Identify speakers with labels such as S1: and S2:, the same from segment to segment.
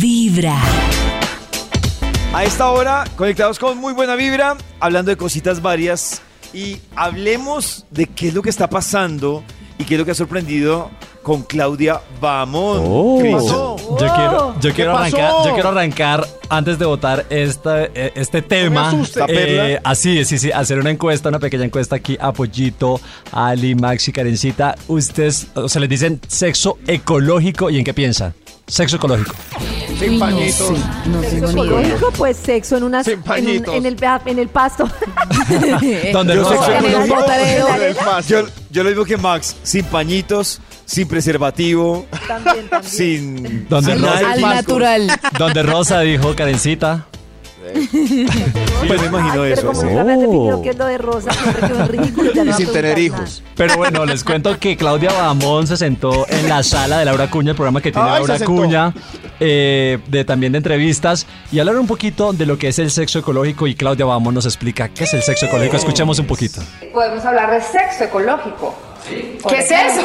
S1: Vibra.
S2: A esta hora, conectados con muy buena vibra, hablando de cositas varias y hablemos de qué es lo que está pasando y qué es lo que ha sorprendido con Claudia Vamos.
S3: Yo- Oh. Yo, quiero, yo, quiero arrancar, yo quiero arrancar antes de votar esta, eh, este tema.
S2: asustes. Perla.
S3: así es, sí, sí, hacer una encuesta, una pequeña encuesta aquí a Pollito, Ali, Max y Karencita. Ustedes, o sea, les dicen sexo ecológico y en qué piensan. Sexo ecológico.
S1: Uy, no sé, no tengo ni idea.
S4: Ecológico, pues sexo en unas
S5: Sin
S4: en, un-
S5: pañitos.
S4: en el en el pasto.
S3: Donde
S2: Yo
S3: no-
S2: sexo
S4: en el
S2: ecológico.
S4: botadero.
S2: Yo, yo le digo que Max, sin pañitos, sin preservativo,
S4: también, también.
S2: sin...
S3: Donde
S2: sin
S3: no
S2: nada.
S3: hay-
S1: Al natural.
S3: Donde Rosa dijo, Karencita.
S2: Pues me imagino
S4: Ay,
S2: eso.
S4: Pero como
S2: sí.
S4: nunca me han definido qué es lo de rosa, siempre quedó ridículo. ya no
S5: Y
S4: voy a
S5: sin tener
S4: preguntar
S5: hijos.
S3: Pero bueno, les cuento que Claudia Bamón se sentó en la sala de Laura Cuña, el programa que tiene
S5: Ay, se
S3: Laura
S5: sentó.
S3: Cuña, eh, de, también de entrevistas, y hablaron un poquito de lo que es el sexo ecológico y Claudia Bamón nos explica qué es el sexo ecológico. Escuchemos un poquito.
S6: podemos hablar de sexo ecológico. ¿Qué es eso?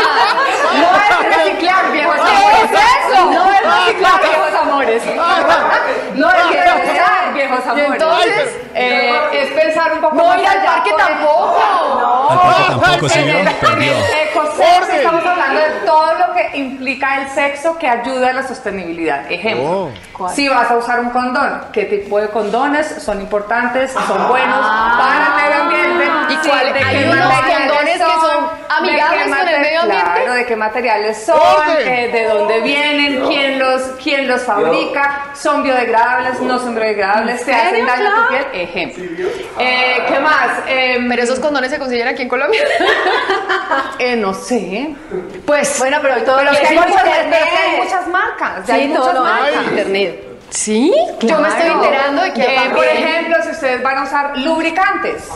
S6: no es reciclar, viejos amores. ¿Qué es eso? Ah, No es reciclar, viejos amores. ah, no es reciclar, viejos amores. entonces, eh, es pensar un poco no más allá. No ir al parque tampoco. No.
S3: Al parque tampoco,
S6: En
S3: señor,
S6: el-
S3: perdió.
S6: en el ecosexo Eh, pues, estamos hablando de todo lo que implica el sexo que ayuda a la sostenibilidad. Ejemplo, si vas a usar un condón, ¿qué tipo de condones son importantes, son buenos para el medio ambiente?
S7: Ah. ¿Y
S6: Sí,
S7: cuál?
S6: ¿De
S7: ¿Hay
S6: qué
S7: unos
S6: materiales
S7: condones que son amigables
S6: ¿De qué
S7: con el
S6: mate-
S7: medio ambiente?
S6: Claro, de qué materiales son,
S5: Orden.
S6: Eh, de dónde vienen, quién los, quién los fabrica, son biodegradables, no son biodegradables, se hacen
S7: serio,
S6: daño a tu piel,
S7: Clau?
S6: ejemplo. Eh, ¿Qué más? Em,
S7: Pero esos condones se consiguen aquí en Colombia.
S6: eh, no sé.
S7: Pues. Bueno, pero todo
S6: Pero
S7: lo
S6: es que hay muchas, pero es que hay
S7: internet.
S6: muchas marcas. ya
S7: Sí,
S6: hay
S7: todo
S6: muchas
S7: lo hay.
S6: marcas.
S7: Internet. ¿Sí? Yo me estoy
S6: Claro.
S7: enterando de que
S6: Eh,
S7: hay
S6: por
S7: también-
S6: ejemplo, si ustedes van a usar lubricantes,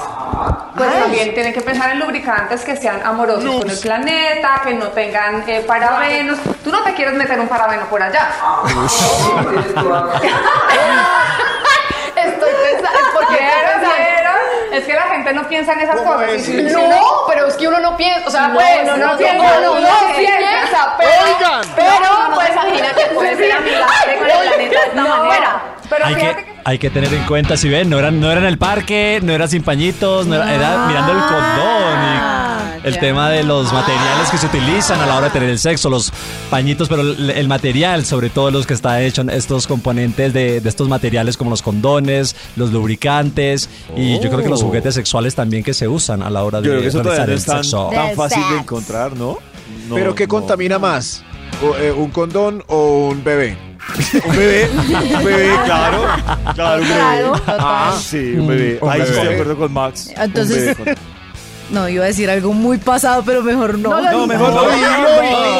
S6: pues también tienen que pensar en lubricantes que sean amorosos con el planeta, que no tengan eh, parabenos. Tú no te quieres meter un parabeno por allá.
S7: Estoy pensando. Porque estoy
S6: ¿Vieron?
S7: pensando.
S6: ¿Vieron? Es que la gente no piensa en esas
S5: ¿Cómo
S6: cosas.
S5: es?
S6: Y si- si
S7: No, pero es que uno no piensa. O sea,
S6: No,
S7: pues.
S6: no, no
S7: uno
S6: piensa,
S7: uno
S6: uno
S7: sí
S6: piensa.
S7: pero.
S5: Oigan.
S7: Pero,
S6: Pero,
S7: no
S6: pues,
S7: se imagina que puede ser amigable con el planeta de esta
S6: no,
S7: manera.
S6: Pero
S3: Hay que,
S6: fíjate que...
S3: hay que tener en cuenta, si ven, no eran, no era en el parque, no era sin pañitos, no era, era mirando el condón y el tema de los materiales que se utilizan a la hora de tener el sexo, los pañitos, pero el, el material, sobre todo los que está hecho en estos componentes de, de estos materiales como los condones, los lubricantes y yo creo que los juguetes sexuales también que se usan a la hora de
S2: Oh. Yo creo que eso todavía
S3: realizar
S2: no
S3: el
S2: es tan,
S3: sexo.
S2: tan fácil de
S1: Sex.
S2: encontrar, ¿no? No,
S5: Pero ¿qué
S2: no.
S5: contamina más? O, eh, ¿Un condón o un bebé?
S2: Un bebé, un bebé, claro. Claro, un bebé.
S4: Claro,
S2: Ah, sí, un bebé.
S3: un
S2: Ahí sí estoy de
S5: bebé.
S2: acuerdo con Max.
S1: Entonces-
S2: Un bebé con-
S1: No, iba a decir algo muy pasado, pero mejor no.
S4: No lo
S2: No, mejor no.
S5: No,
S2: no,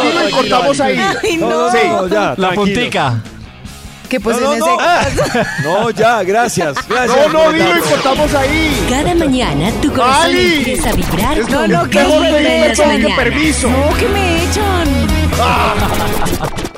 S5: y- y- y cortamos ahí.
S1: Ay, no.
S2: Sí, ya,
S3: La
S2: tranquilos.
S3: puntica.
S1: Que pues
S2: No, no,
S1: en
S2: no.
S1: ese...
S2: Ah. No, ya, gracias. gracias
S5: No, no,
S2: por
S5: digo, y
S2: tanto.
S5: cortamos ahí.
S8: Cada mañana tu corazón
S5: ¡Ali!
S8: empieza a vibrar
S5: Es
S8: con
S5: lo
S8: lo
S5: mejor
S8: que
S5: pedir
S8: vibra en las
S5: perdón que
S8: mañanas.
S5: permiso.
S1: No, que me echan.